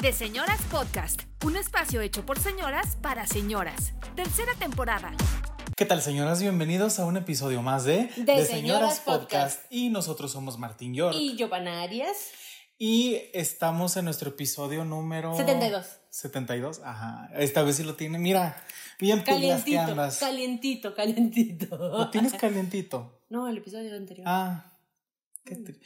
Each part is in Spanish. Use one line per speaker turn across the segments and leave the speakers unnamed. De Señoras Podcast, un espacio hecho por señoras para señoras. Tercera temporada.
¿Qué tal, señoras? Bienvenidos a un episodio más de
De Señoras Podcast.
Y nosotros somos Martín York. Y,
Y Giovanna Arias.
estamos en nuestro episodio número...
72.
72, ajá. Esta vez sí lo tiene. Mira, bien pilas que
Calientito,
andas.
calientito,
Lo
calientito.
tienes calientito.
No, el episodio anterior.
Ah, qué tri-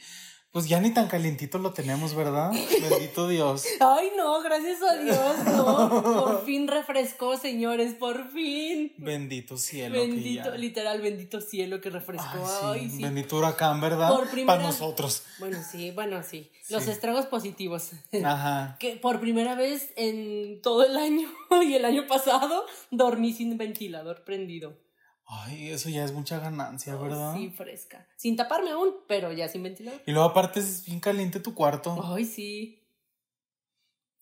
Pues ya ni tan calientito lo tenemos, ¿verdad? Bendito Dios.
Ay, no, gracias a Dios, no. Por fin refrescó, señores, por fin.
Bendito cielo. que
Bendito,
ya-
literal, bendito cielo que refrescó.
Ay,
Ay,
sí,
sí.
Bendito huracán, ¿verdad?
Por primera-
Para nosotros.
Bueno, sí, bueno, sí. Los
Sí. Ah.
estragos positivos.
Ajá.
Que por primera vez en todo el año y el año pasado dormí sin ventilador prendido.
Ay, eso ya es mucha ganancia, ¿verdad?
Sí, fresca. Sin taparme aún, pero ya sin ventilador.
Y luego aparte es bien caliente tu cuarto.
Ay, sí.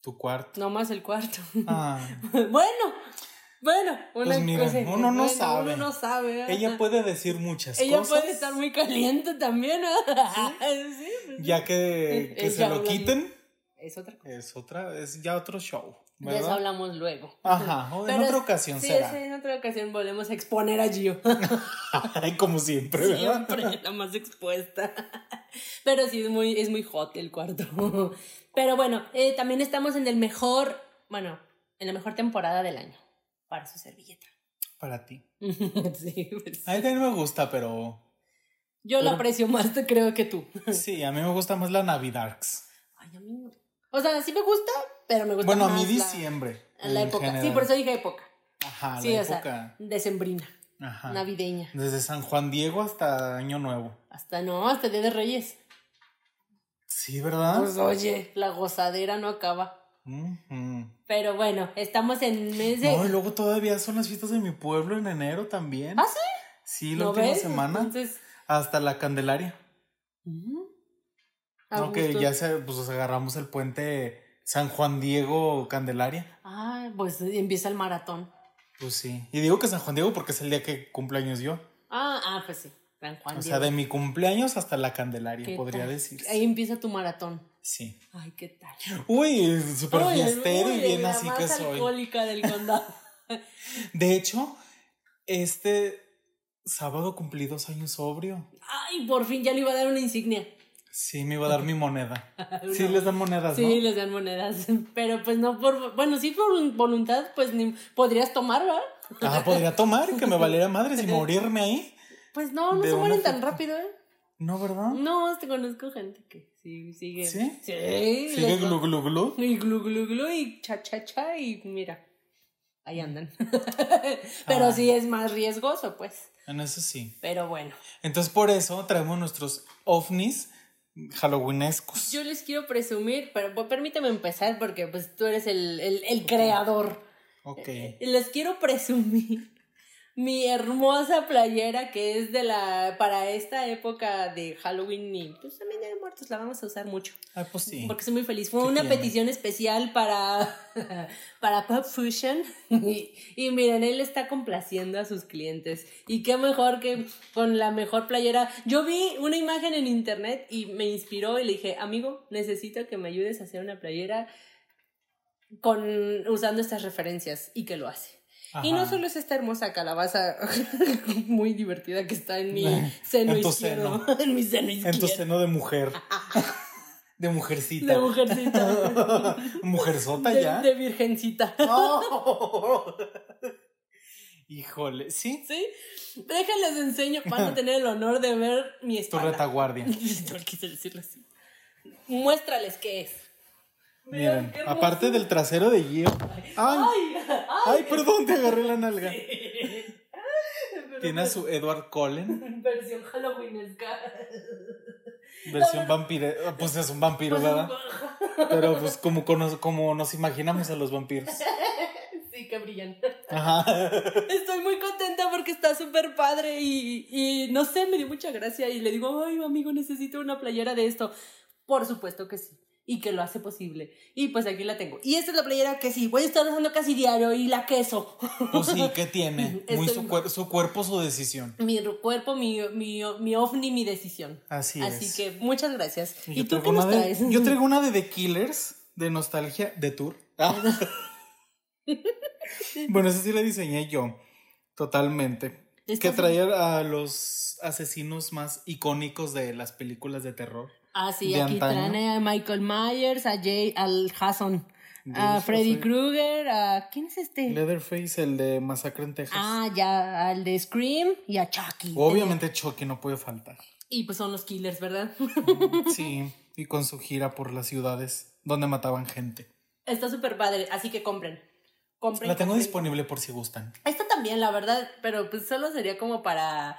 Tu cuarto.
No más el cuarto.
Ah.
bueno, bueno, una
Pues mira,
cosa-
uno no sabe.
Uno no sabe. ¿eh?
Ella puede decir muchas
Ella
cosas.
puede estar muy caliente también. ¿eh? Sí, pues,
Ya que, que
Ella
se lo
hablando.
quiten,
Es otra cosa.
es otra, es ya otro show.
De eso
¿verdad?
hablamos luego.
Ajá, o en
Pero
otra
es-
ocasión
sí,
será.
es en otra ocasión volvemos a exponer a Gio.
Ay, como siempre, ¿verdad?
Siempre la más expuesta. Pero sí, es muy, es muy hot el cuarto. Pero bueno, eh, también estamos en el mejor, bueno, en la mejor temporada del año para su servilleta.
Para ti.
Sí, pues.
A mí también me gusta, pero
Yo
Pero-
lo aprecio más, te creo que tú.
sí, a mí me gusta más la Navidarks.
Ay, a mí no. O sea, sí me gusta, pero me gusta
Bueno, a
más
mí
la-
diciembre.
la,
en
época. Sí,
general.
por eso dije época.
Ajá,
sí,
la
o sea,
época. Ah.
decembrina,
Ajá.
navideña.
Desde San Juan Diego hasta Año Nuevo.
Hasta no, hasta Día de Reyes.
Sí, ¿verdad?
Pues oye, la gozadera no acaba.
Ujú.
Pero bueno, estamos en mes de...
No, y luego todavía son las fiestas de mi pueblo en enero también.
¿Ah, sí?
Sí, la
¿No
última
ves?
semana.
Entonces... ¿Mm?
Hasta la Candelaria.
ujú. A
No, que
gusto.
ya se, pues, nos agarramos el puente San Juan Diego Candelaria.
Ah, pues empieza el maratón.
Pues sí. Y digo que San Juan Diego porque es el día que cumpleaños yo.
Ah, ah, pues sí. San Juan
O sea, de
Diego.
mi cumpleaños hasta la Candelaria,
¿Qué
podría
tal?
decirse.
Ahí empieza tu maratón.
Sí.
Ay, qué tal.
Uy, súper
Uy,
fiestero y
uy,
bien
la
así
más
que soy.
alcohólica del condado.
De hecho, este sábado cumplí dos años sobrio.
Ay, por fin ya le iba a dar una insignia.
Sí, me iba a dar mi moneda. Sí,
Una-
les dan monedas,
Sí,
¿no?
les dan monedas. Pero pues no por. Bueno, sí por un- voluntad, pues ni podrías ¿eh? tomar, ¿verdad?
Ah, podría tomar, que me valiera madres y morirme ahí.
Pues no, no
De
se
una
mueren tan
fiesta.
rápido, ¿eh?
No, ¿verdad?
No, te conozco gente que sí sigue.
¿Sí?
Sí.
Sigue
les-
glu glu glu.
Y glu glu glu y cha cha cha y mira. Ahí andan. Pero
Ay.
sí es más riesgoso, pues.
En eso sí.
Pero bueno.
Entonces, por eso traemos nuestros ovnis halloweenescos.
Yo les quiero presumir, pero pues, permíteme empezar porque pues tú eres el, el- el creador.
Ok.
Y Les quiero presumir mi hermosa playera que es de la para esta época de Halloween y pues también Día de muertos la vamos a usar mucho
Ah, pues sí.
porque soy muy feliz. Fue
¿Qué
una
tiene?
petición especial para para Pop Fusion y, y miren él está complaciendo a sus clientes y qué mejor que con la mejor playera. Yo vi una imagen en internet y me inspiró y le dije amigo necesito que me ayudes a hacer una playera con usando estas referencias y que lo hace. Y no
Ajá.
solo es esta hermosa calabaza muy divertida que está en mi seno
En tu
izquierdo. En mi seno izquierdo.
En tu seno de mujer. De mujercita.
De mujercita.
Mujerzota
de,
ya.
de virgencita.
No. Híjole. Sí,
¿Sí? Déjenles enseño. Van a tener el honor de ver mi
tu
espalda.
retaguardia.
no quise decirlo así. Muéstrales qué es. Vean
Miren,
qué hermoso.
aparte del trasero de Gio. Ay,
Ay,
ay, perdón, te agarré la nalga.
pero
Tiene a su Edward Cullen,
Versión halloweenesca.
versión vampiro. Pues es un vampiro, ¿verdad? Pero pues como, cono- como nos imaginamos a los vampiros.
Sí, qué brillante.
Ajá.
Estoy muy contenta porque está súper padre y, y no sé, me dio mucha gracia y le digo, ay, amigo, necesito una playera de esto. Por supuesto que sí. Y que lo hace posible. Y pues aquí la tengo. Y esta es la playera que sí, voy a estar usando casi diario y la queso.
Pues sí, ¿qué tiene? Muy
Estoy-
su, cuer- su cuerpo, su decisión.
Mi cuerpo, mi, mi, mi ovni, mi decisión.
Así,
Así
es.
que muchas gracias.
Yo
¿Y tú
traigo
qué nos
una de-
traes?
Yo traigo una de The Killers. de nostalgia de tour. Ah. bueno, eso sí la diseñé yo, totalmente. Que
Esta fue-
traía a los asesinos más icónicos de las películas de terror.
Ah, sí,
de
aquí
antaño.
traen a Michael Myers, a Jay, al Hasson, a
Jason,
Freddy
sí.
Krueger, a... ¿Quién es este?
Leatherface, el de Masacre en Texas.
Ah, ya, al de Scream y a Chucky.
Obviamente Chucky no puede faltar.
Y pues son los killers, ¿verdad?
Sí, y con su gira por las ciudades donde mataban gente.
Está súper padre, así que compren. Compren.
La tengo
compren.
disponible por si gustan.
Esta también, la verdad, pero pues solo sería como para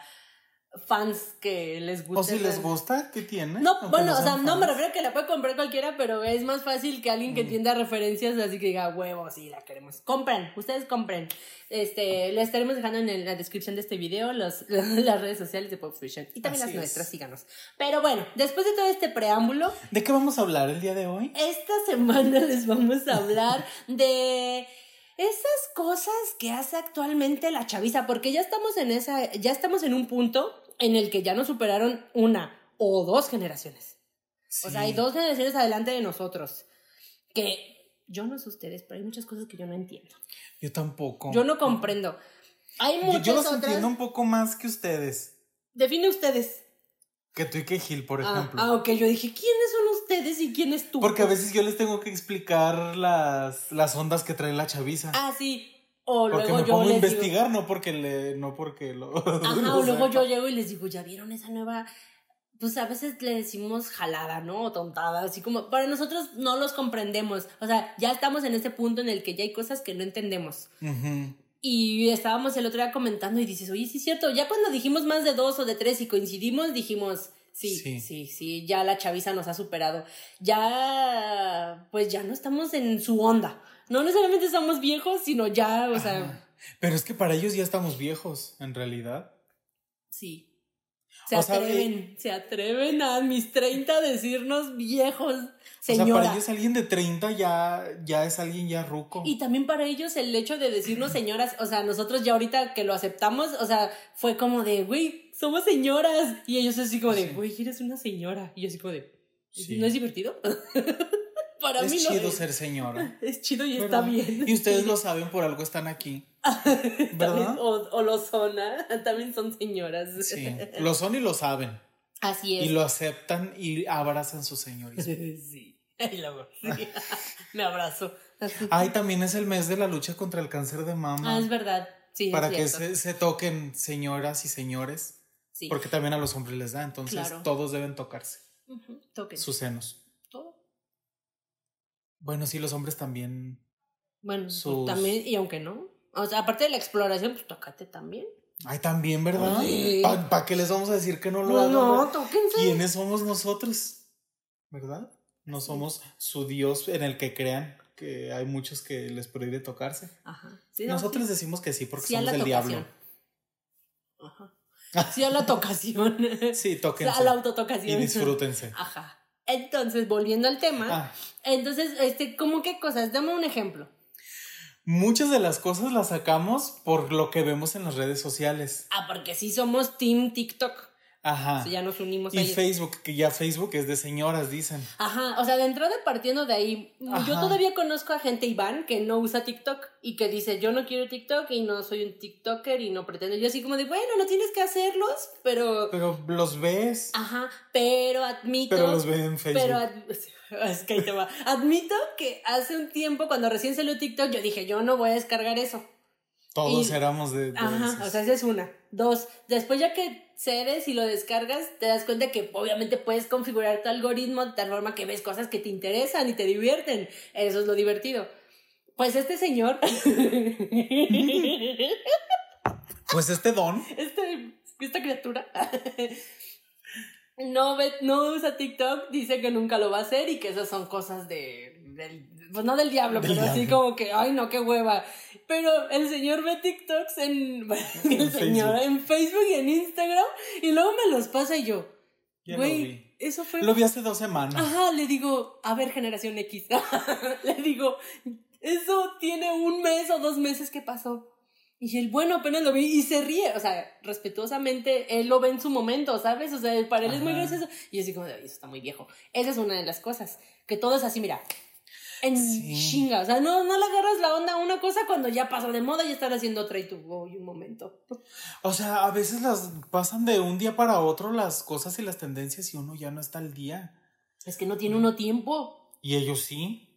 fans que les guste.
O si les
la-
gusta, ¿qué tiene?
No,
Aunque
bueno, o sea,
sean
no me
fans.
refiero a que la puede comprar cualquiera, pero es más fácil que alguien que entienda referencias, así que diga, huevo, sí, la queremos. Compren, ustedes compren. Este, les estaremos dejando en el- la descripción de este video los, las redes sociales de Pop Fiction y también
Así
las nuestras,
es.
síganos. Pero bueno, después de todo este preámbulo,
¿De qué vamos a hablar el día de hoy?
esta semana les vamos a hablar de esas cosas que hace actualmente la chaviza, porque ya estamos en esa, ya estamos en un punto en el que ya nos superaron una o dos generaciones. O sea, hay
Sí.
dos generaciones adelante de nosotros. Que yo no sé ustedes, pero hay muchas cosas que yo no entiendo.
Yo tampoco.
Yo no comprendo. Hay
Yo-
muchas
Yo los
otras.
entiendo un poco más que ustedes.
Define ustedes.
Que tú y que Gil, por
Ah,
ejemplo.
ah, uh. ok, yo dije, ¿quiénes son ustedes y quién es tú?
Porque a veces yo les tengo que explicar las, las ondas que trae la chaviza.
Ah, sí. O
porque
luego
me
yo
pongo a
les digo.
investigar, no porque le, no porque lo.
Ajá,
lo
o luego
sepa.
yo llego y les digo, ¿ya vieron esa nueva? Pues a veces le decimos jalada, ¿no? O tontada, así como, para nosotros no los comprendemos. O sea, ya estamos en ese punto en el que ya hay cosas que no entendemos.
Ujú.
Y estábamos el otro día comentando y dices, oye, sí es cierto, ya cuando dijimos más de dos o de tres y coincidimos, dijimos, sí, sí,
Sí.
sí, ya la chaviza nos ha superado. Ya, pues ya no estamos en su onda. No necesariamente estamos viejos, sino ya, o sea,
Pero es que para ellos ya estamos viejos, en realidad.
sí. Se
O sea, eh,
atreven, se atreven a mis 30 a decirnos viejos,
O sea,
señora.
para ellos alguien de 30 ya, ya es alguien ya ruco.
Y también para ellos el hecho de decirnos señoras, o sea, nosotros ya ahorita que lo aceptamos, o sea, fue como de, güey, somos señoras. Y ellos así como de,
Sí.
güey, eres una señora. Y yo así como de,
Sí.
¿no es divertido? para
es
mí no
chido
es.
ser señora.
Es chido y está
¿verdad?
bien.
Y ustedes lo saben, por algo están aquí.
También-
¿Verdad?
o, o lo son, ¿ah? también son señoras.
Sí. Lo son y lo saben.
Así es.
Y lo aceptan y abrazan su señorismo.
sí. Ay, la amor. Sí. Me abrazo.
Ay, también es el mes de la lucha contra el cáncer de
Ah,
mama.
es verdad. Sí, es
para que
cierto.
se, se toquen señoras y señores.
Sí.
Porque también a los hombres les da. Entonces
Claro.
todos deben tocarse
Ujú, toquen.
sus senos.
Todo.
Bueno, sí, los hombres también.
Bueno, pues
sus-
también, y aunque no. O sea, aparte de la exploración, pues tócate también.
Ay, también, ¿verdad?
Oye.
¿Para qué les vamos a decir que no lo
Pues
hagan?
no,
verdad?
tóquense.
¿Quiénes somos nosotros? ¿Verdad? No somos su Dios en el que crean que hay muchos que les prohíbe tocarse.
Ajá. Sí, no,
Nosotros
sí.
decimos que sí porque
Sí a
somos
la
el diablo.
tocación. Ajá. Sí a la tocación.
Sí,
O sea,
tóquense
a la
y
autotocación.
disfrútense.
Ajá. Entonces, volviendo al tema,
Ah,
entonces, este, ¿cómo qué cosas? Dame un ejemplo.
muchas de las cosas las sacamos por lo que vemos en las redes sociales.
Ah, porque sí somos Team TikTok.
Ajá.
Si ya nos unimos
Ah. Y
ahí.
Facebook, que ya Facebook es de señoras, dicen.
Ajá, o sea, de entrada partiendo de ahí, yo
Ajá.
todavía conozco a gente, Iván, que no usa TikTok y que dice, yo no quiero TikTok y no soy un TikToker y no pretendo. Yo así como de, bueno, no tienes que hacerlos, pero...
Pero los ves,
Ajá, pero admito...
pero los ven en Facebook.
pero ad- es que ahí te va. Admito que hace un tiempo, cuando recién salió TikTok, yo dije, yo no voy a descargar eso.
Todos
y-
éramos de, de
Ajá,
esos.
o sea, esa es una. Dos, después ya que cedes y lo descargas, te das cuenta que obviamente puedes configurar tu algoritmo de tal forma que ves cosas que te interesan y te divierten. Eso es lo divertido. Pues este señor,
Pues este don.
este- esta criatura, no, ve, no usa TikTok, dice que nunca lo va a hacer y que esas son cosas de... del- pues no del diablo,
Del
pero así
diablo.
como que, ay no, qué hueva. Pero el señor ve TikToks en, el
En
señor,
Facebook.
en Facebook y en Instagram y luego me los pasa y yo,
ya lo vi.
güey, eso fue...
Lo vi hace dos semanas.
Ajá, le digo, a ver, generación X. le digo, eso tiene un mes o dos meses que pasó. Y él, bueno, apenas lo vi y se ríe. O sea, respetuosamente, él lo ve en su momento, ¿sabes? O sea, para él es muy
Ajá.
gracioso. Y yo así como, de, "Ay, eso está muy viejo. Esa es una de las cosas. Que todo es así, mira. en
Sí.
chinga. O sea, no, no le agarras la onda a una cosa cuando ya pasó de moda y están haciendo otra y tú, uy, un momento.
O sea, a veces las pasan de un día para otro las cosas y las tendencias y uno ya no está al día.
Es que no tiene uno tiempo
Y ellos sí.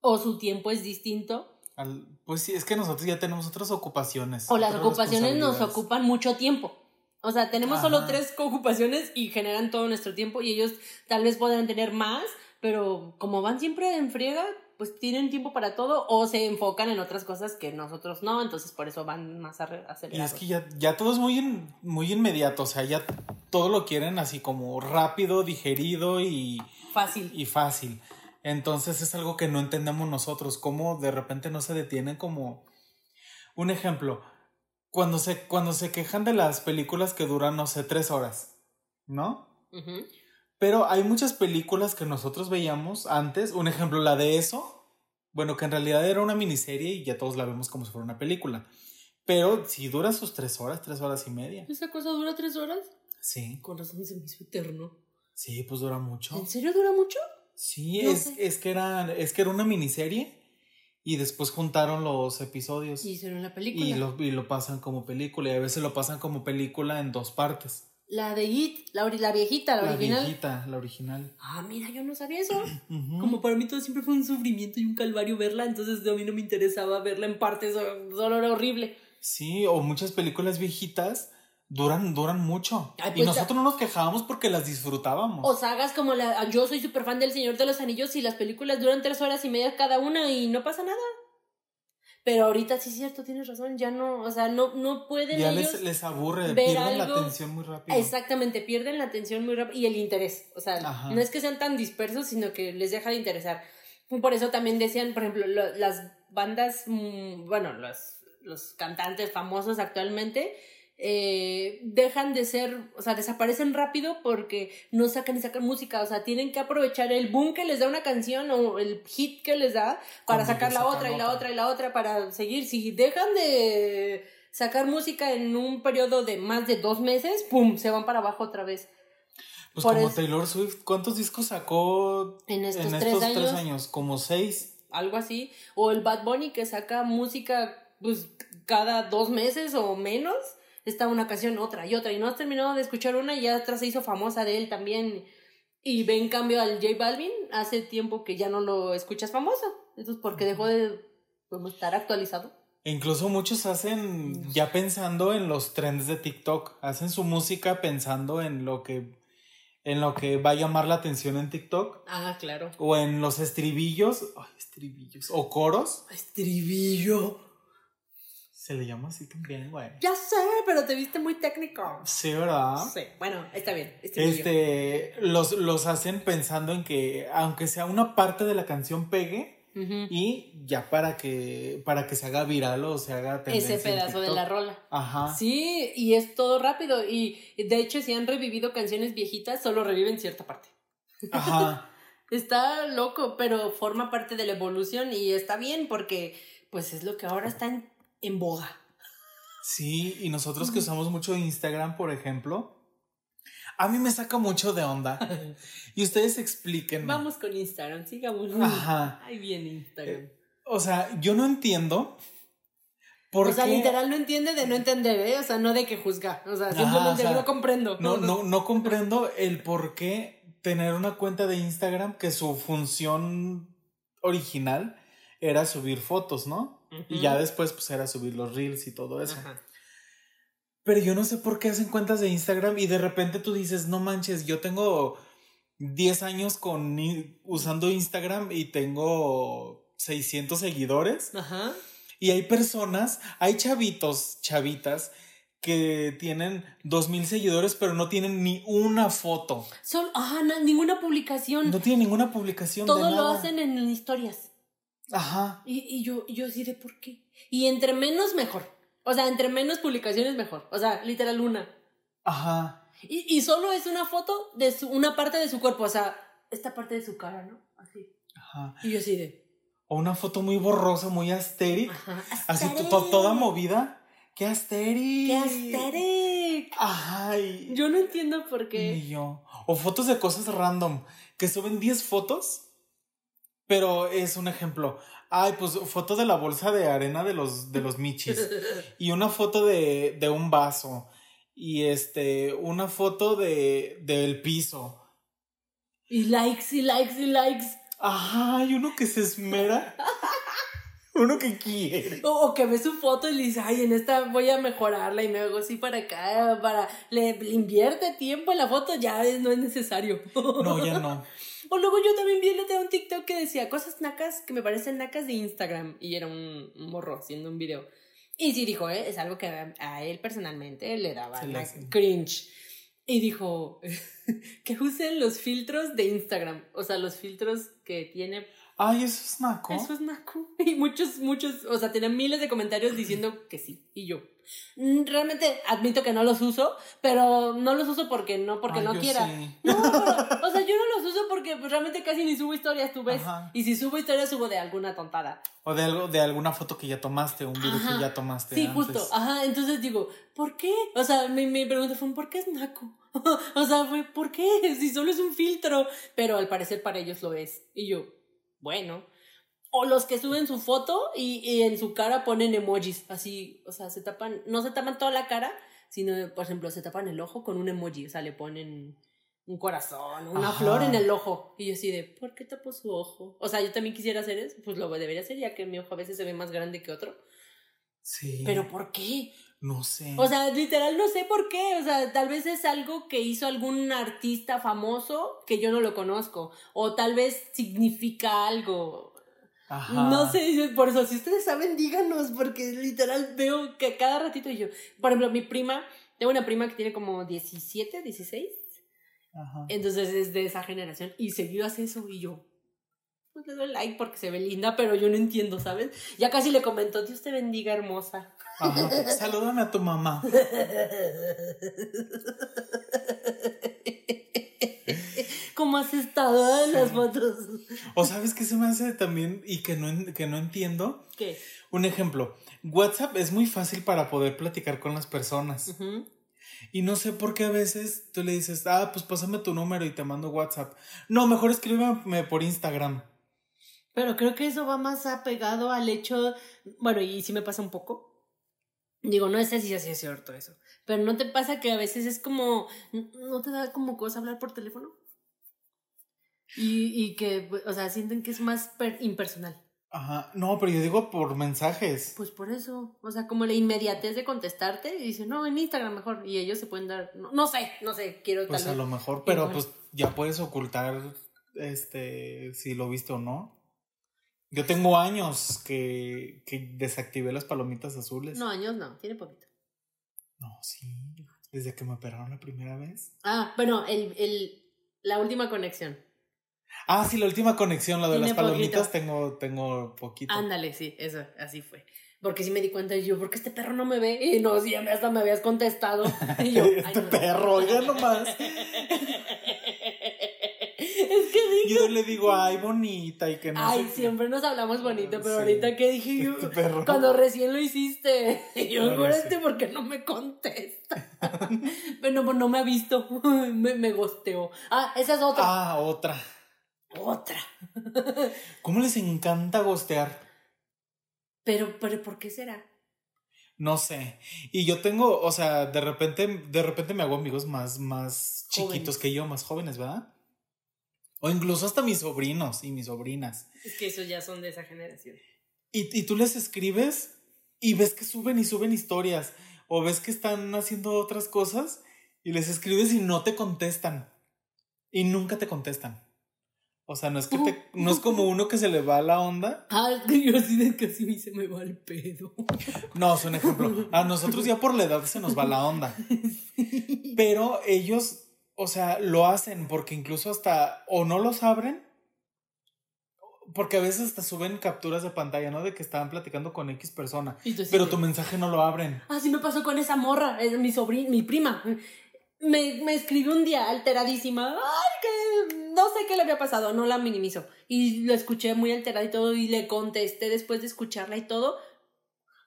o su tiempo es distinto
Al- pues sí, es que nosotros ya tenemos otras ocupaciones.
o las
otras
ocupaciones nos
responsabilidades.
ocupan mucho tiempo. O sea, tenemos solo
Ajá.
tres ocupaciones y generan todo nuestro tiempo y ellos tal vez podrán tener más, pero como van siempre en friega, pues tienen tiempo para todo o se enfocan en otras cosas que nosotros no, entonces por eso van más arre-
Y es
acelerados.
que ya, ya todo es muy, in- muy inmediato, o sea, ya todo lo quieren así como rápido, digerido y,
Fácil.
y fácil. Entonces es algo que no entendemos nosotros, cómo de repente no se detienen como... Un ejemplo, cuando se, cuando se quejan de las películas que duran, no sé, tres horas, ¿no?
Ujú.
Pero hay muchas películas que nosotros veíamos antes. Un ejemplo, la de eso. Bueno, que en realidad era una miniserie y ya todos la vemos como si fuera una película. Pero si dura sus tres horas, tres horas y media.
¿Esa cosa dura tres horas?
Sí,
Con razón se me hizo eterno.
sí, pues dura mucho.
¿En serio dura mucho?
Sí,
No
es,
sé.
es, que, era, es que era una miniserie y después juntaron los episodios
Y hicieron la película.
y lo, y lo pasan como película. Y a veces lo pasan como película en dos partes.
La de It, la, ori- la viejita, la,
La
original.
viejita, la original.
Ah, mira, yo no sabía eso.
Ujú.
Como para mí todo siempre fue un sufrimiento y un calvario verla, entonces a mí no me interesaba verla en partes, o- solo era horrible.
Sí, o muchas películas viejitas duran, duran mucho.
Ay,
y
pues,
nosotros no nos quejábamos porque las disfrutábamos.
O sagas como la. Yo soy súper fan del Señor de los Anillos y las películas duran tres horas y media cada una y no pasa nada. Pero ahorita sí es cierto, tienes razón, ya no, o sea, no, no pueden
ya
ellos.
les, les aburre,
ver
pierden la
algo-
atención muy rápido.
Exactamente, pierden la atención muy rápido y el interés. O sea,
Ajá.
no es que sean tan dispersos, sino que les deja de interesar. Por eso también decían, por ejemplo, lo- las bandas, mm, bueno, los, los cantantes famosos actualmente eh, dejan de ser, o sea, desaparecen rápido porque no sacan y sacan música. O sea, tienen que aprovechar el boom que les da una canción o el hit que les da para
Como que
sacar la
sacan
otra y la
otra.
otra y la otra para seguir. Si dejan de sacar música en un periodo de más de dos meses, ¡pum! se van para abajo otra vez.
pues
por
como
eso-
Taylor Swift, ¿cuántos discos sacó
En estos,
en
tres,
estos
años,
tres años? Como seis.
algo así. O el Bad Bunny que saca música pues cada dos meses o menos. Está una canción, otra y otra. Y no has terminado de escuchar una y ya atrás se hizo famosa de él también. Y ve en cambio al J Balvin hace tiempo que ya no lo escuchas famoso. Entonces, porque dejó de como, estar actualizado.
E incluso muchos hacen,
Mm.
ya pensando en los trends de TikTok, hacen su música pensando en lo que, en lo que va a llamar la atención en TikTok.
Ah, claro.
O en los estribillos, ay, estribillos, o coros,
Estribillo.
se le llama así también, güey.
Ya sé, pero te viste muy técnico.
Sí, ¿verdad?
Sí, bueno, está bien. Estribillo.
Ah. Este, los, los hacen pensando en que aunque sea una parte de la canción pegue
Ujú.
y ya para que, para que se haga viral o se haga tendencia
Ese
en
pedazo de
TikTok.
la rola.
Ajá.
Sí, y es todo rápido. Y de hecho, si han revivido canciones viejitas, solo reviven cierta parte.
Ajá.
Está loco, pero forma parte de la evolución y está bien porque pues es lo que ahora está en, en boga.
Sí, y nosotros que usamos mucho Instagram, por ejemplo, a mí me saca mucho de onda. Y ustedes explíquenme.
Vamos con Instagram, sigamos.
Ajá. Eh,
Ay, bien Instagram.
O sea, yo no entiendo por
O sea,
qué-
literal no entiende de no entender, ¿eh? O sea, no de que juzga. O sea,
o
simplemente
sea,
no comprendo.
No, no, no comprendo el por qué tener una cuenta de Instagram que su función original era subir fotos, ¿no? Y ya después pues era subir los reels y todo eso.
Ajá.
Pero yo no sé por qué hacen cuentas de Instagram y de repente tú dices, no manches, yo tengo 10 años con, i- usando Instagram y tengo 600 seguidores.
Ajá.
Y hay personas, hay chavitos, chavitas, que tienen dos mil seguidores, pero no tienen ni una foto.
Solo, ajá, na- ninguna publicación.
No tienen ninguna publicación. de
todo lo
nada.
hacen en historias.
Ajá.
Y, y yo, y yo así de por qué. Y entre menos, mejor. O sea, entre menos publicaciones, mejor. O sea, literal una.
Ajá.
Y, y solo es una foto de su, una parte de su cuerpo. O sea, esta parte de su cara, ¿no? Así.
Ajá.
Y yo así de.
O una foto muy borrosa, muy asteric.
Ajá.
Así to-
Asterix.
to- toda movida. ¡Qué asteric!
¡Qué Asterix!
Ajá. y-
Yo no entiendo por qué.
Ni yo. O fotos de cosas random. Que suben 10 fotos Pero es un ejemplo. Ay, pues foto de la bolsa de arena de los, de los michis. Y una foto de, de un vaso. Y este, una foto de, del piso.
Y likes, y likes, y likes.
Ajá, hay uno que se esmera. Uno que quiere.
O, o que ve su foto y le dice, ay, en esta voy a mejorarla y me hago así para acá, para... Le, le invierte tiempo en la foto, ya es- no es necesario.
No, ya no.
O luego yo también vi el otro día un TikTok que decía cosas nacas que me parecen nacas de Instagram. Y era un un morro haciendo un video. Y sí dijo, ¿eh? es algo que a a él personalmente le daba
Se le
na-
hace.
cringe. Y dijo que usen los filtros de Instagram. O sea, los filtros que tiene.
Ay, eso es naco.
Eso es naco. Y muchos, muchos, o sea, tenían miles de comentarios diciendo que sí. Y yo. mm, Realmente admito que no los uso, pero no los uso porque no, porque
Ay,
no
yo
quiera.
sí.
No, pero, o sea, yo no los uso porque pues, realmente casi ni subo historias, tú ves.
Ajá.
Y si subo historias, subo de alguna tontada.
O de algo, de alguna foto que ya tomaste, un video
Ajá.
que ya tomaste.
Sí,
antes.
justo. Ah, Ajá, entonces digo, ¿por qué? O sea, mi, mi pregunta fue, ¿por qué es naco? o sea, fue, ¿por qué? Si solo es un filtro. Pero al parecer para ellos lo es. Y yo, bueno. O los que suben su foto y, y en su cara ponen emojis, así, o sea, se tapan, no se tapan toda la cara, sino, por ejemplo, se tapan el ojo con un emoji, o sea, le ponen un corazón, una
Ajá.
flor en el ojo. Y yo así de, ¿por qué tapo su ojo? O sea, yo también quisiera hacer eso, pues lo debería hacer ya que mi ojo a veces se ve más grande que otro.
Sí.
Pero ¿por qué?
No sé.
O sea, literal no sé por qué. O sea, tal vez es algo que hizo algún artista famoso que yo no lo conozco. O tal vez significa algo.
Ajá.
No sé, yo- por eso, si ustedes saben, díganos, porque literal veo que cada ratito yo. Por ejemplo, mi prima, tengo una prima que tiene como 17, 16.
Ajá.
Entonces es de esa generación y seguido hace eso y yo. Pues le doy like porque se ve linda, pero yo no entiendo, ¿sabes? Ya casi le comentó, Dios te bendiga, hermosa.
Ajá. Salúdame a tu mamá.
¿Cómo has estado en las
Sí.
fotos?
O sabes qué se me hace también y que no, en- que no entiendo.
¿Qué?
Un ejemplo, WhatsApp es muy fácil para poder platicar con las personas. Y no sé por qué a veces tú le dices, ah, pues pásame tu número y te mando WhatsApp. No, mejor escríbeme por Instagram.
Pero creo que eso va más apegado al hecho, bueno, y sí me pasa un poco. Digo, no sé si así es cierto eso, pero ¿no te pasa que a veces es como, n- no te da como cosa hablar por teléfono? Y, y que, pues, o sea, sienten que es más per- impersonal.
Ajá. No, pero yo digo por mensajes.
Pues por eso, o sea, como la inmediatez de contestarte y dicen, no, en Instagram mejor, y ellos se pueden dar, no, no sé, no sé, quiero
Pues a
tal vez.
lo mejor, pero
Igual.
pues ya puedes ocultar este si lo viste o no. Yo tengo años que, que desactivé las palomitas azules.
No, años no, tiene poquito.
No, sí. Desde que me operaron la primera vez.
Ah, bueno, el, el, la última conexión.
Ah, sí, la última conexión, la de
Tiene
las palomitas,
poquito.
tengo, tengo poquito.
Ándale, sí, eso, así fue. Porque sí me di cuenta y yo, ¿por qué este perro no me ve? Y no, sí, ya me- hasta me habías contestado. Y yo, ay,
este
no.
perro, oiga nomás.
es que
Y
dije,
yo le digo, ay, bonita, y que no.
ay,
sé qué.
siempre nos hablamos bonito, pero
Ah, Sí.
ahorita que dije yo,
Este perro.
cuando recién lo hiciste, y yo,
Bueno,
"Ahora
sí.
este, ¿por qué no me contesta? pero no, no me ha visto, me, me gosteó. Ah, esa es otra.
Ah, otra.
Otra.
¿Cómo les encanta gostear?
Pero, pero, ¿por qué será?
No sé. Y yo tengo, o sea, de repente, de repente me hago amigos más, más chiquitos
Jóvenes.
que yo, más jóvenes, ¿verdad? O incluso hasta mis sobrinos y mis sobrinas.
Es que esos ya son de esa generación.
Y, y tú les escribes y ves que suben y suben historias. O ves que están haciendo otras cosas y les escribes y no te contestan. Y nunca te contestan. O sea, no es que te- no es como uno que se le va la onda.
Ah, que yo así de casi me se me va el pedo.
No, es un ejemplo. A nosotros ya por la edad se nos va la onda. Pero ellos, o sea, lo hacen porque incluso hasta o no los abren, porque a veces hasta suben capturas de pantalla, ¿no? De que estaban platicando con X persona,
Y tú así
pero
de-
tu mensaje no lo abren.
Así me pasó con esa morra, es mi sobrina, mi prima. Me, me escribió un día alteradísima. Ay, que no sé qué le había pasado, no la minimizo. Y lo escuché muy alterada y todo, y le contesté después de escucharla y todo.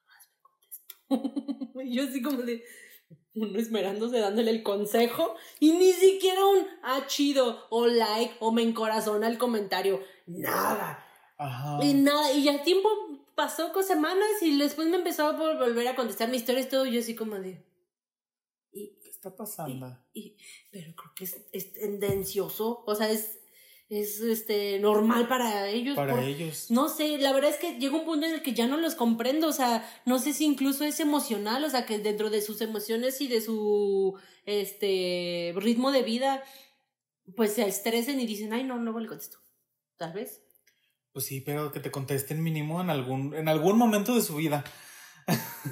Jamás me contestó. y yo así como de. Uno esmerándose, dándole el consejo. Y ni siquiera un ah, chido, o like, o me encorazona el comentario. Nada.
Ajá.
Y nada, y ya tiempo pasó con semanas y después me empezó a vol- volver a contestar mis historias, todo yo así como de... Y,
¿Qué está pasando?
y- pero creo que es, es tendencioso, o sea, es, es este, normal para ellos.
Para
pues, por-
ellos.
No sé, la verdad es que llega un punto en el que ya no los comprendo, o sea, no sé si incluso es emocional, o sea, que dentro de sus emociones y de su este ritmo de vida, pues se estresen y dicen, ay, no, no le contesto, tal vez.
Pues sí, pero que te contesten mínimo en algún, en algún momento de su vida.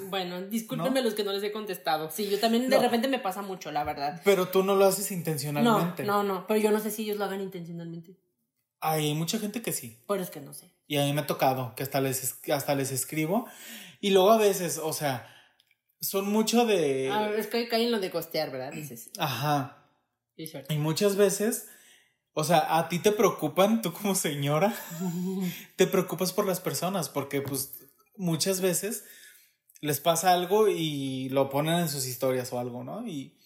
Bueno, discúlpenme los que no les he contestado. Sí, yo también de
No.
repente me pasa mucho, la verdad.
Pero tú no lo haces
No,
intencionalmente.
no, no, pero yo no sé si ellos lo hagan intencionalmente,
Hay mucha gente que sí.
pero es que no sé.
Y a mí me ha tocado que hasta les, es- hasta les escribo. Y luego a veces, o sea, son mucho de...
Ah, es que caen en lo de costear, ¿verdad? Dices.
Ajá.
Sí, cierto.
Y muchas veces, o sea, a ti te preocupan, tú como señora, te preocupas por las personas, porque pues muchas veces les pasa algo y lo ponen en sus historias o algo, ¿no? Y,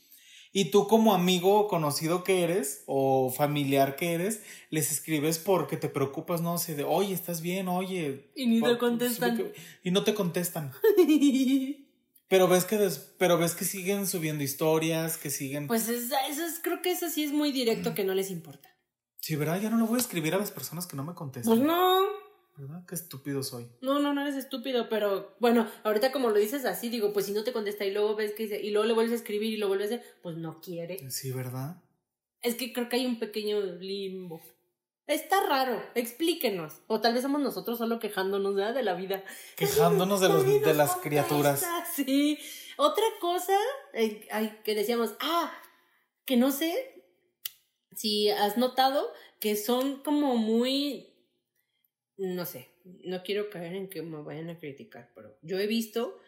y tú como amigo o conocido que eres o familiar que eres, les escribes porque te preocupas, ¿no? Así de, oye, ¿estás bien? Oye.
Y ni te
por- pues,
contestan.
Y no te contestan. Pero ves que, des- pero ves que siguen subiendo historias, que siguen...
Pues es- eso es, creo que eso sí es muy directo que no les importa.
Sí, ¿verdad? Ya no le voy a escribir a las personas que no me contestan.
Pues no,
¿Verdad? Qué estúpido soy.
no, no, no eres estúpido, pero bueno, ahorita como lo dices así, digo, pues si no te contesta y luego ves que dice, y luego le vuelves a escribir y lo vuelves a hacer, pues no quiere.
Sí, ¿verdad?
Pues Es que creo que hay un pequeño limbo. Está raro, explíquenos. O tal vez somos nosotros solo quejándonos ¿verdad? de la vida.
Quejándonos de, los,
Nadie
de
nos
las
contesta,
criaturas.
Sí. Otra cosa eh, ay, que decíamos, ah, que no sé si has notado que son como muy, no sé, no quiero caer en que me vayan a criticar, pero yo he visto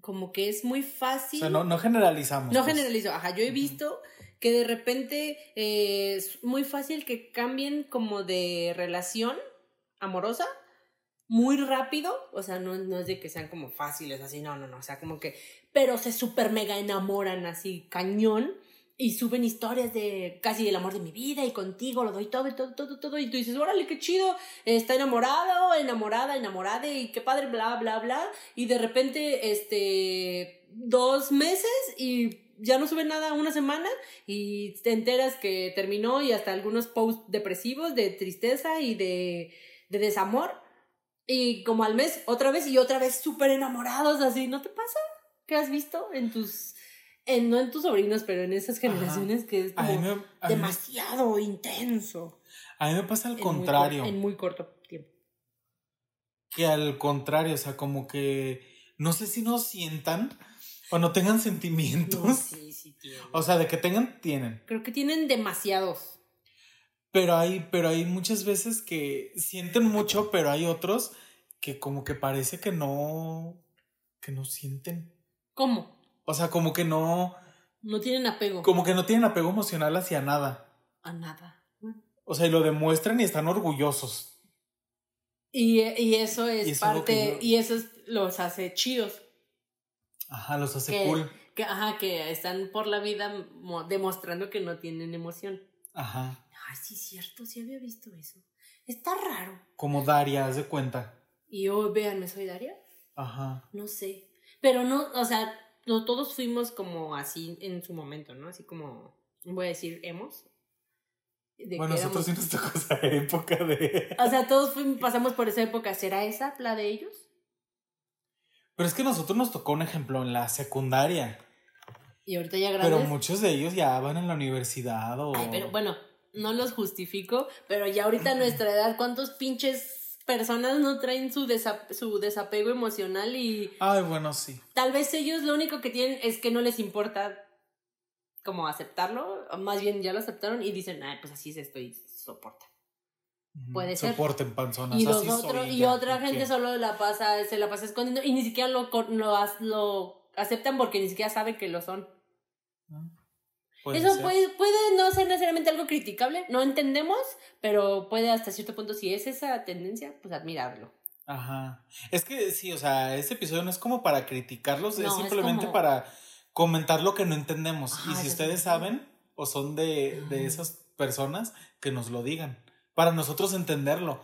como que es muy
O
fácil.
sea, no, no generalizamos.
No
pues.
generalizo, ajá, yo he
Ujú.
visto que de repente eh, es muy fácil que cambien como de relación amorosa muy rápido, o sea, no, no es de que sean como fáciles así, no, no, no, o sea, como que, pero se super mega enamoran así, cañón, y suben historias de casi el amor de mi vida y contigo lo doy todo y todo, todo, todo, y tú dices, órale, qué chido, está enamorado, enamorada, enamorada, y qué padre, bla, bla, bla, y de repente, este, dos meses y ya no sube nada una semana y te enteras que terminó y hasta algunos posts depresivos de tristeza y de, de desamor. Y como al mes, otra vez y otra vez súper enamorados, así, ¿no te pasa? ¿Qué has visto en tus, en, no en tus sobrinos, pero en esas generaciones que es
A mí
como
me, a mí-
demasiado intenso?
a mí me pasa al
En muy cor-
contrario.
en muy corto tiempo.
Que al contrario, o sea, como que no sé si no sientan o no tengan sentimientos.
No, sí, sí tienen.
O sea, de que tengan, tienen.
Creo que tienen demasiados.
Pero hay, pero hay muchas veces que sienten mucho, pero hay otros que como que parece que no, que no sienten.
¿Cómo?
O sea, como que no,
No tienen apego
como que no tienen apego emocional hacia nada.
a nada.
O sea, y lo demuestran y están orgullosos.
Y, y eso es,
Y eso es lo que
parte,
yo-
y eso es- los hace chidos.
Ajá, los hace
¿Qué?
cool.
Que, ajá, que están por la vida mo- demostrando que no tienen emoción.
Ajá.
Ay, sí, cierto, sí había visto eso. Está raro.
Como Daria, haz de cuenta.
Y yo, véanme, soy Daria.
Ajá.
No sé. Pero no, o sea, no todos fuimos como así en su momento, ¿no? Así como, voy a decir, hemos. De
Bueno,
que
nosotros sí
éramos-
nos tocó esa época de.
O sea, todos fuimos, pasamos por esa época. ¿Será esa la de ellos?
Pero es que nosotros nos tocó un ejemplo en la secundaria.
Y ahorita ya
Pero
grandes.
muchos de ellos ya van en la universidad o.
Ay, pero bueno, no los justifico, pero ya ahorita a nuestra edad, ¿cuántos pinches personas no traen su, desa- su desapego emocional y
Ay, bueno, sí.
tal vez ellos lo único que tienen es que no les importa como aceptarlo, o más bien ya lo aceptaron y dicen, ay, pues así es esto y soporta.
Ujú.
Puede ser.
Soporten panzonas.
Y, los
así
otro,
soy
y
ya,
otra
¿por
gente
qué?
solo la pasa, se la pasa escondiendo y ni siquiera lo, co- lo, as- lo aceptan porque ni siquiera saben que lo son.
Puede
Eso
ser.
puede, puede no ser necesariamente algo criticable, no entendemos, pero puede hasta cierto punto, si es esa tendencia, pues admirarlo.
Ajá. Es que sí, o sea, este episodio no es como para criticarlos,
No,
es
es
simplemente
como-
para comentar lo que no entendemos.
Ajá,
y si
eso
ustedes
sí.
saben o son de, de
Ujú.
esas personas, que nos lo digan. Para nosotros entenderlo.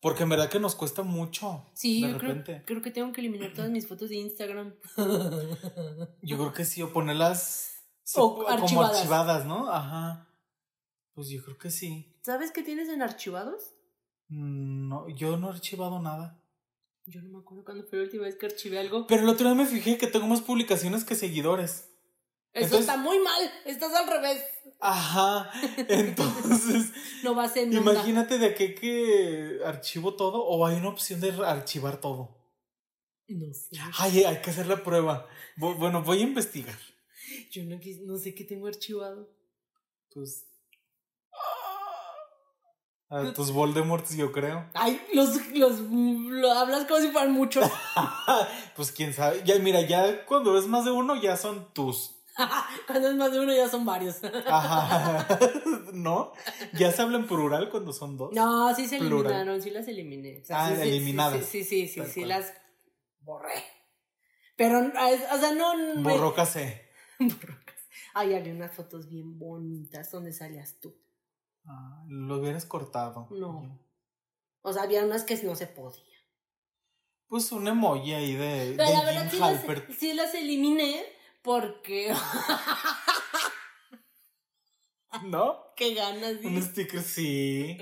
Porque en verdad que nos cuesta mucho.
Sí,
de
yo creo,
repente.
creo que tengo que eliminar todas mis fotos de Instagram.
Yo creo que sí, o ponerlas se-
O
como
archivadas.
archivadas, ¿no? Ajá. Pues yo creo que sí.
¿Sabes qué tienes en archivados?
Mm, No, yo no he archivado nada.
Yo no me acuerdo cuando fue la última vez que archivé algo.
Pero el otro día me fijé que tengo más publicaciones que seguidores.
Eso
entonces-
está muy mal. Estás al revés.
Ajá. Entonces,
No vas en onda.
imagínate de qué que archivo todo o hay una opción de archivar todo.
No sé.
Ay, hay que hacer la prueba. Bu- Bueno, voy a investigar.
Yo no, quis- no sé qué tengo archivado.
Tus. ah, A tus Voldemorts, yo creo.
Ay, los, los lo hablas como si fueran muchos.
pues quién sabe. Ya, mira, ya cuando ves más de uno, ya son tus.
Cuando es más de uno ya son varios.
Ajá. ¿No? Ya se habla en plural cuando son dos.
No, sí se
Plural.
eliminaron, sí las eliminé. O sea,
Ah,
sí, sí,
eliminadas.
Sí, sí, sí, sí,
Tal
sí,
cual.
las borré. Pero, ah, es- o sea, no... no-
Borroca C.
Borrocas. Ay, había unas fotos bien bonitas donde salías tú.
Ah, lo hubieras cortado.
No. O sea, había unas que no se podía.
Pues un emoji ahí de, de
Pero la verdad
Jim
sí
Halpert.
las, sí las eliminé porque...
¿No?
¡Qué ganas!
Un
de
sticker, sí.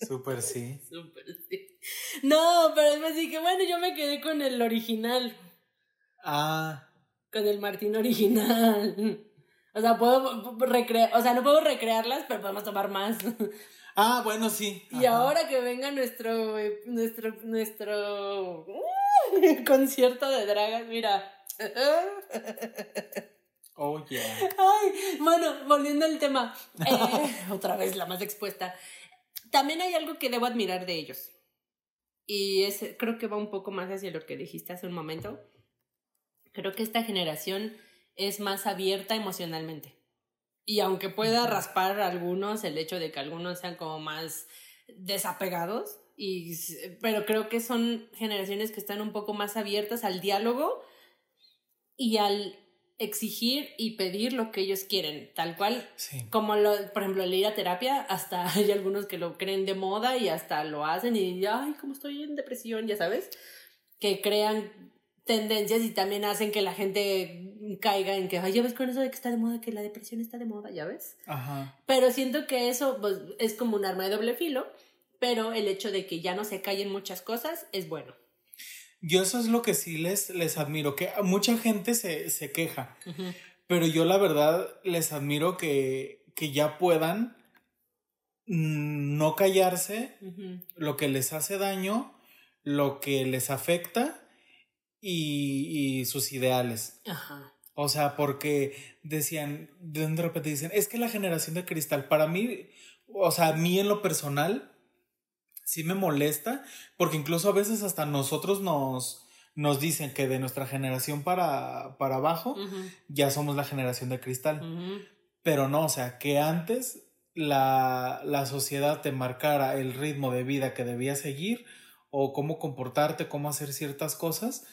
Súper sí.
Súper, sí. No, pero me dije, bueno, yo me quedé con el original.
Ah.
Con el Martín original. O sea, puedo recrear, o sea, no puedo recrearlas, pero podemos tomar más.
Ah, bueno, sí.
Y
Ajá.
ahora que venga nuestro eh, nuestro nuestro uh, concierto de dragas, mira.
Oh, yeah.
Ay, bueno, volviendo al tema, eh, otra vez la más expuesta. También hay algo que debo admirar de ellos. Y es, creo que va un poco más hacia lo que dijiste hace un momento. Creo que esta generación es más abierta emocionalmente. Y aunque pueda raspar a algunos el hecho de que algunos sean como más desapegados, y, s- pero creo que son generaciones que están un poco más abiertas al diálogo y al exigir y pedir lo que ellos quieren, tal cual
Sí.
como lo, por ejemplo, el ir a terapia, hasta hay algunos que lo creen de moda y hasta lo hacen y ay, como estoy en depresión, ya sabes, que crean tendencias y también hacen que la gente caiga en que, ay, ya ves con eso de que está de moda, que la depresión está de moda, ya ves.
Ajá.
Pero siento que eso pues, es como un arma de doble filo, pero el hecho de que ya no se callen muchas cosas es bueno.
Yo eso es lo que sí les, les admiro, que a mucha gente se, se queja, pero yo la verdad les admiro que, que ya puedan mm, no callarse
Ujú.
lo que les hace daño, lo que les afecta y, y sus ideales.
Ajá.
O sea, porque decían, de un de repente dicen, es que la generación de cristal, para mí, o sea, a mí en lo personal, sí me molesta, porque incluso a veces hasta nosotros nos, nos dicen que de nuestra generación para, para abajo,
Ujú.
ya somos la generación de cristal.
Ujú.
Pero no, o sea, que antes la, la sociedad te marcara el ritmo de vida que debías seguir o cómo comportarte, cómo hacer ciertas cosas,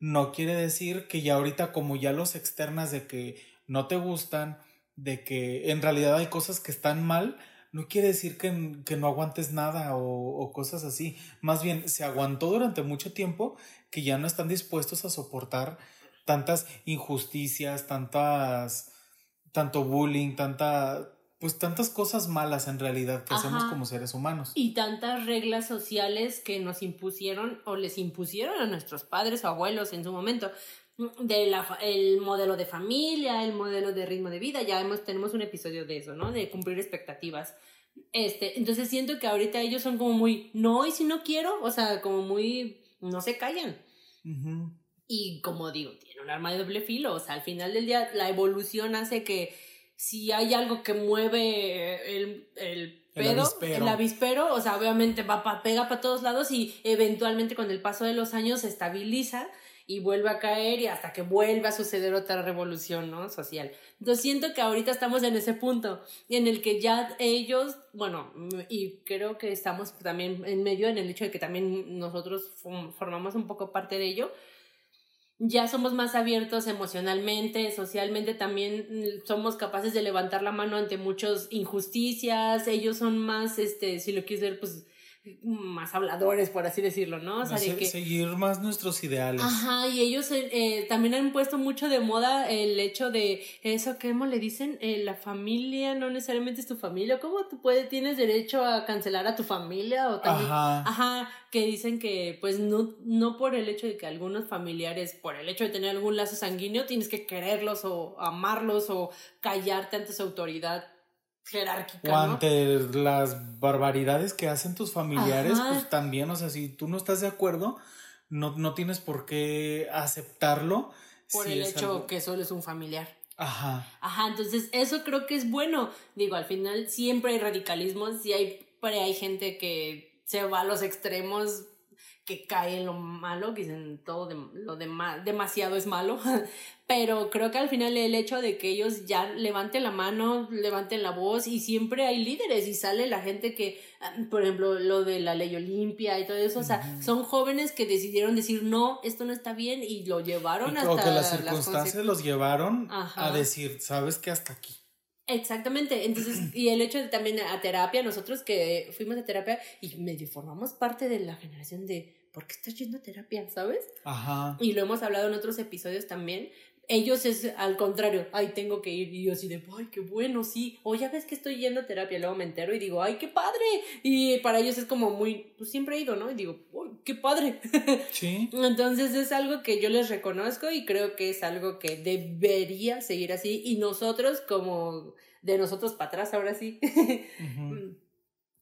no quiere decir que ya ahorita como ya los externas de que no te gustan, de que en realidad hay cosas que están mal, no quiere decir que, que no aguantes nada o, o cosas así. Más bien, se aguantó durante mucho tiempo que ya no están dispuestos a soportar tantas injusticias, tantas tanto bullying, tanta, pues tantas cosas malas en realidad que hacemos
Ajá.
como seres humanos.
Y tantas reglas sociales que nos impusieron o les impusieron a nuestros padres o abuelos en su momento. De la, fa- el modelo de familia, el modelo de ritmo de vida, ya hemos, tenemos un episodio de eso, ¿no? De cumplir expectativas. Este, entonces siento que ahorita ellos son como muy, no, y si no quiero, o sea, como muy, no se callan.
Ujú.
Y como digo, tiene un arma de doble filo. O sea, al final del día, la evolución hace que si hay algo que mueve el, el
El
pedo, el
avispero.
avispero. o sea, obviamente va pa- pega para todos lados y eventualmente con el paso de los años se estabiliza y vuelve a caer y hasta que vuelva a suceder otra revolución ¿no? social. Entonces siento que ahorita estamos en ese punto en el que ya ellos, bueno, mm, y creo que estamos también en medio en el hecho de que también nosotros form- formamos un poco parte de ello, ya somos más abiertos emocionalmente, socialmente también mm, somos capaces de levantar la mano ante muchas injusticias, ellos son más, este, si lo quieres ver, pues más habladores, por así decirlo, ¿no? O sea, de
Hacer-
que,
Seguir más nuestros ideales.
Ajá, y ellos eh, eh, también han puesto mucho de moda el hecho de eso que le dicen, Eh, la familia no necesariamente es tu familia, ¿cómo tú puedes, tienes derecho a cancelar a tu familia o también?
Ajá.
Ajá, que dicen que pues no, no por el hecho de que algunos familiares, por el hecho de tener algún lazo sanguíneo, tienes que quererlos o amarlos o callarte ante su autoridad jerárquica.
O
¿no?
ante las barbaridades que hacen tus familiares,
Ajá.
pues también, o sea, si tú no estás de acuerdo, no, no tienes por qué aceptarlo.
Por
si
el
es
hecho
algo-
que solo es un familiar.
Ajá.
Ajá, entonces eso creo que es bueno. Digo, al final siempre hay radicalismo, siempre hay, hay gente que se va a los extremos, que cae en lo malo, que dicen todo de- lo dema- demasiado es malo, pero creo que al final el hecho de que ellos ya levanten la mano, levanten la voz y siempre hay líderes y sale la gente que, ah, por ejemplo, lo de la ley Olimpia y todo eso, o sea,
Ujú.
son jóvenes que decidieron decir no, esto no está bien y lo
Y
llevaron
que-
hasta
o que las
las
circunstancias los llevaron
Ajá.
a decir, sabes que hasta aquí.
Exactamente, entonces, y el hecho de también a terapia, nosotros que fuimos a terapia y medio formamos parte de la generación de, ¿por qué estás yendo a terapia? ¿Sabes?
Ajá.
Y lo hemos hablado en otros episodios también. Ellos es al contrario, ay, tengo que ir. Y yo así de, ay, qué bueno, sí. O ya ves que estoy yendo a terapia, luego me entero y digo, ay, qué padre. Y para ellos es como muy, pues siempre he ido, ¿no? Y digo, ay, qué padre.
Sí.
Entonces es algo que yo les reconozco y creo que es algo que debería seguir así y nosotros como de nosotros para atrás ahora sí,
Ujú.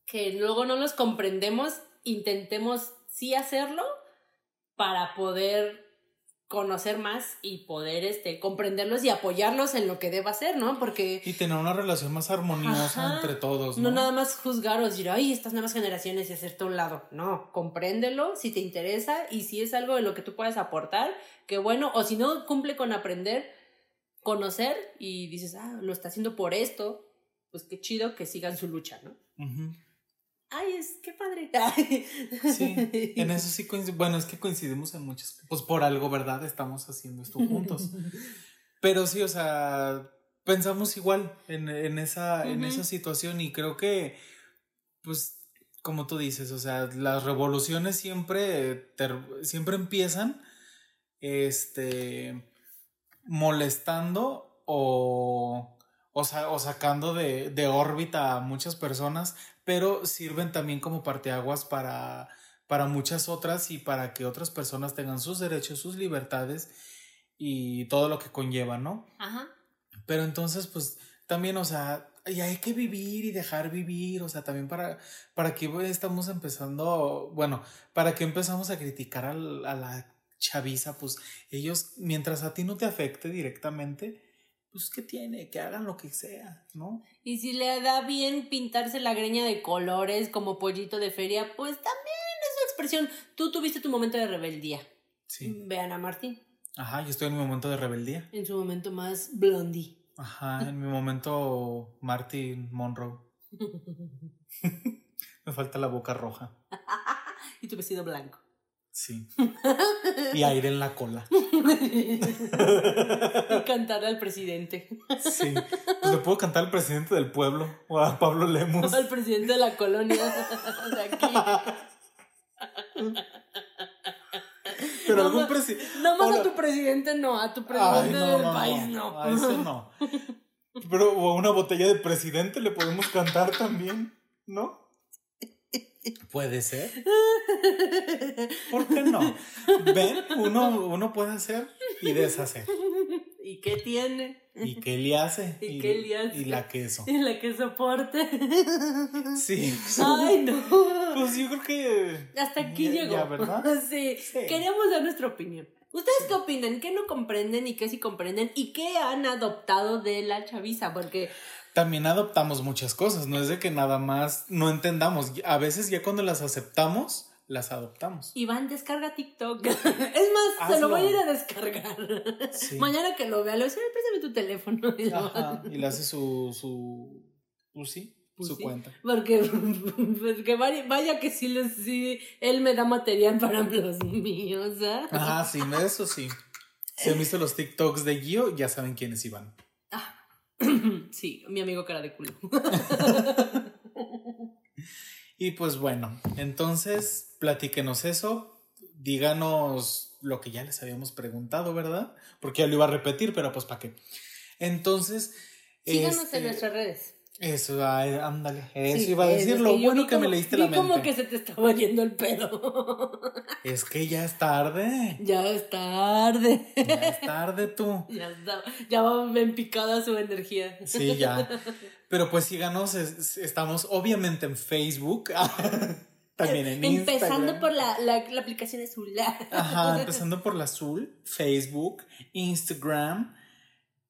que luego no los comprendemos, intentemos sí hacerlo para poder conocer más y poder este comprenderlos y apoyarlos en lo que deba hacer, ¿no? Porque
Y tener una relación más armoniosa
Ajá.
entre todos.
no
No,
nada más juzgar o decir, ay, estas nuevas generaciones y hacerte a un lado. No, compréndelo si te interesa y si es algo de lo que tú puedes aportar, que bueno, o si no, cumple con aprender, conocer y dices, ah, lo está haciendo por esto, pues qué chido que sigan su lucha, ¿no?
Ujú.
Ay, es qué padre.
Sí, en eso sí coincidimos. Bueno, es que coincidimos en muchas. Pues por algo, ¿verdad? Estamos haciendo esto juntos. Pero sí, o sea, pensamos igual en, en esa, en
Ujú.
esa situación y creo que, pues, como tú dices, o sea, las revoluciones siempre, ter- siempre empiezan, este, molestando o, o, sa- o sacando de, de órbita a muchas personas, pero sirven también como parteaguas para, para muchas otras y para que otras personas tengan sus derechos, sus libertades y todo lo que conlleva, ¿no?
Ajá.
Pero entonces, pues, también, o sea, y hay que vivir y dejar vivir, o sea, también para, para que güey, estamos empezando, bueno, para que empezamos a criticar al- a la chaviza, pues ellos, mientras a ti no te afecte directamente, pues, ¿qué tiene? Que hagan lo que sea, ¿no?
Y si le da bien pintarse la greña de colores como pollito de feria, pues también es su expresión. Tú tuviste tu momento de rebeldía.
Sí.
Vean a Martín.
Ajá, yo estoy en mi momento de rebeldía.
En su momento más blondie.
Ajá, en mi momento Martin Monroe. Me falta la boca roja.
y tu vestido blanco.
Sí. Y aire en la cola.
y cantar al presidente.
Sí. Pues le puedo cantar al presidente del pueblo o a Pablo Lemos.
al presidente de la colonia. de aquí.
Pero
No,
algún
no.
presidente.
No más a
Hola.
tu presidente, no, a tu presidente del país, no.
A ese no. Pero o a una botella de presidente le podemos cantar también, ¿no? Puede ser. ¿Por qué no? Ven, uno, uno puede hacer y deshacer.
¿Y qué tiene?
¿Y qué le hace?
¿Y qué le hace?
Y la queso.
En la que soporte.
Sí.
Ay, no.
Pues yo creo que.
Hasta aquí
Ya-
llegó.
ya, ¿verdad?
Sí.
Sí.
Queríamos dar nuestra opinión. ¿Ustedes qué opinan? ¿Qué no comprenden y qué sí comprenden? ¿Y qué han adoptado de la chaviza? Porque
También adoptamos muchas cosas, no es de que nada más no entendamos. A veces ya cuando las aceptamos, las adoptamos.
Iván descarga TikTok. Es más, se lo
Hazlo.
voy a ir a descargar.
Sí.
Mañana que lo vea, le voy a decir, "Ay, préstame tu teléfono. Y lo-
Ajá, y le hace su. su. pues sí,
Pues
su
sí.
cuenta.
Porque, porque vaya, vaya que sí, les- sí, él me da material para los míos. ¿ah?
Ajá, sí, eso sí. Si han visto los TikToks de Gio, ya saben quiénes iban.
Ah. Sí, mi amigo cara de culo.
Y pues bueno, entonces platíquenos eso, díganos lo que ya les habíamos preguntado, ¿verdad? Porque ya lo iba a repetir, pero pues para qué. Entonces...
Síganos
este,
en nuestras redes.
Eso, ay, ándale, eso
Sí,
iba a
es-
decir,
es
lo
yo
bueno
vi
que me
como-
leíste la
vi
mente.
como que se te estaba yendo el pedo.
Es que ya es tarde,
ya es tarde.
ya es tarde tú.
Ya, está- ya va en picada su energía.
Sí, ya. Pero pues síganos, es- estamos obviamente en Facebook, también en Instagram.
Empezando por la, la, la aplicación azul.
Ajá, empezando por la azul, Facebook, Instagram,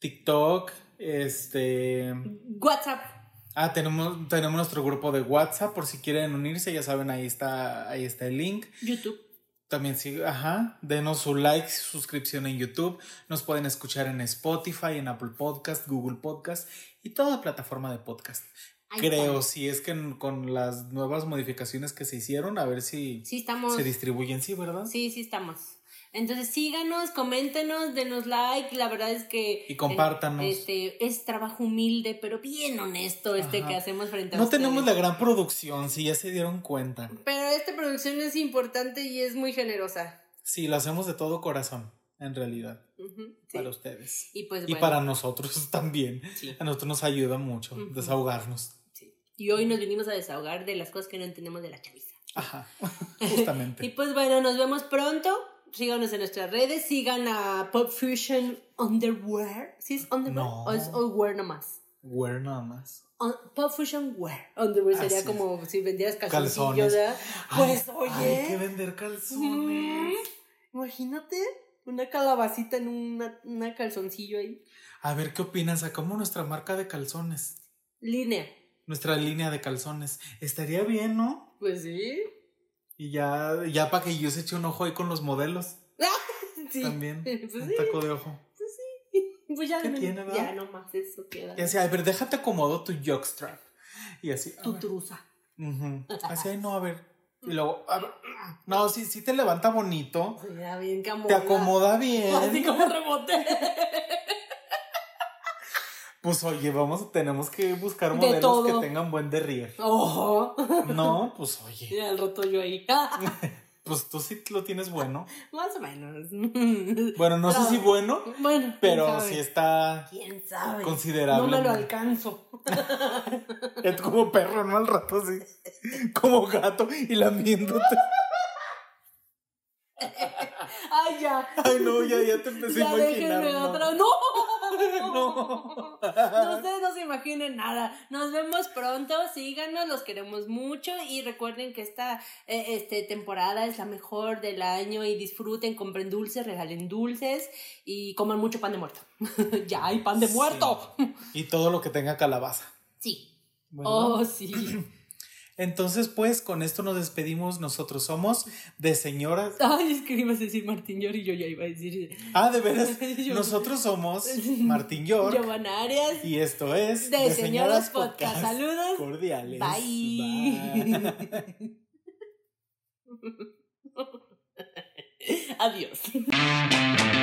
TikTok, este...
WhatsApp.
Ah, tenemos, tenemos nuestro grupo de WhatsApp, por si quieren unirse, ya saben, ahí está, ahí está el link.
YouTube.
También sí, ajá, denos su like, su suscripción en YouTube. Nos pueden escuchar en Spotify, en Apple Podcast, Google Podcast y toda plataforma de podcast.
Ahí
Creo,
está.
si es que en- con las nuevas modificaciones que se hicieron, a ver si
Sí, estamos.
se distribuyen, sí, ¿verdad?
Sí, sí, estamos. Entonces síganos, coméntenos, denos like. La verdad es que.
Y compártanos.
eh, Este es trabajo humilde, pero bien honesto este
Ajá.
que hacemos frente a
No
ustedes.
tenemos la gran producción, si ya se dieron cuenta.
Pero esta producción es importante y es muy generosa.
Sí, lo hacemos de todo corazón, en realidad,
Ujú, sí.
para ustedes.
Y
Y
pues bueno.
para nosotros también.
sí.
A nosotros nos ayuda mucho
Ujú.
desahogarnos.
Y hoy nos vinimos a desahogar de las cosas que no entendemos de la chaviza.
Ajá, justamente.
Y pues bueno, nos vemos pronto. Síganos en nuestras redes, sigan a Pop Fusion Underwear. ¿Sí es Underwear?
No.
¿O es Underwear nomás?
Wear nada más.
Un- Pop Fusion Wear. Underwear sería
Así
como si vendieras
Calzones.
calzoncillos, ¿verdad? Pues oye.
Hay que vender calzones.
Mm, Imagínate una calabacita en una, una calzoncillo ahí.
A ver qué opinan. Sacamos nuestra marca de calzones.
Línea.
Nuestra línea de calzones. Estaría bien, ¿no?
Pues sí.
Y ya, ya para que yo se eche un ojo ahí con los modelos.
Sí.
También.
Pues
un
sí.
taco de ojo.
Pues ya,
¿Qué
no,
tiene, verdad?
ya nomás eso queda.
Y así, a ver, déjate acomodo tu jockstrap. Y así. a
Tu
ver.
truza.
Ujú. Así, ay, no, a ver. Y luego, a ver. No, sí, sí te levanta bonito.
Mira, bien
Te
camona.
acomoda
Así
bien.
como rebote.
Pues oye, vamos, tenemos que buscar
De
modelos que
todo.
tengan buen derrier.
Ojo.
No, pues oye.
Mira el roto yo ahí.
Pues tú sí lo tienes bueno.
Más o menos.
Bueno, no sé
No.
si bueno,
Bueno,
pero
si
sí está
¿Quién sabe? No
considerable.
me lo alcanzo.
Es como perro, ¿no? Al rato así. Como gato y lamiéndote.
Ay, ya.
Ay, no, ya, ya te empecé
Ya
a imaginar.
déjenme
¿no?
otra. ¡No!
No.
No, ustedes no se imaginen nada. Nos vemos pronto. Síganos, los queremos mucho. Y recuerden que esta eh, este, temporada es la mejor del año. Y disfruten, compren dulces, regalen dulces y coman mucho pan de muerto. ya hay pan de
Sí.
muerto.
Y todo lo que tenga calabaza.
Sí.
Bueno,
Oh, sí.
entonces, pues, con esto nos despedimos. Nosotros somos de señoras.
Ay, es que ibas a decir Martín Llor y yo ya iba a decir
Ah, de veras.
Yo-
Nosotros somos Martín York.
Giovanna Arias.
Y esto es
De Señoras Podcast. Saludos.
Cordiales.
Bye.
Bye.
Adiós.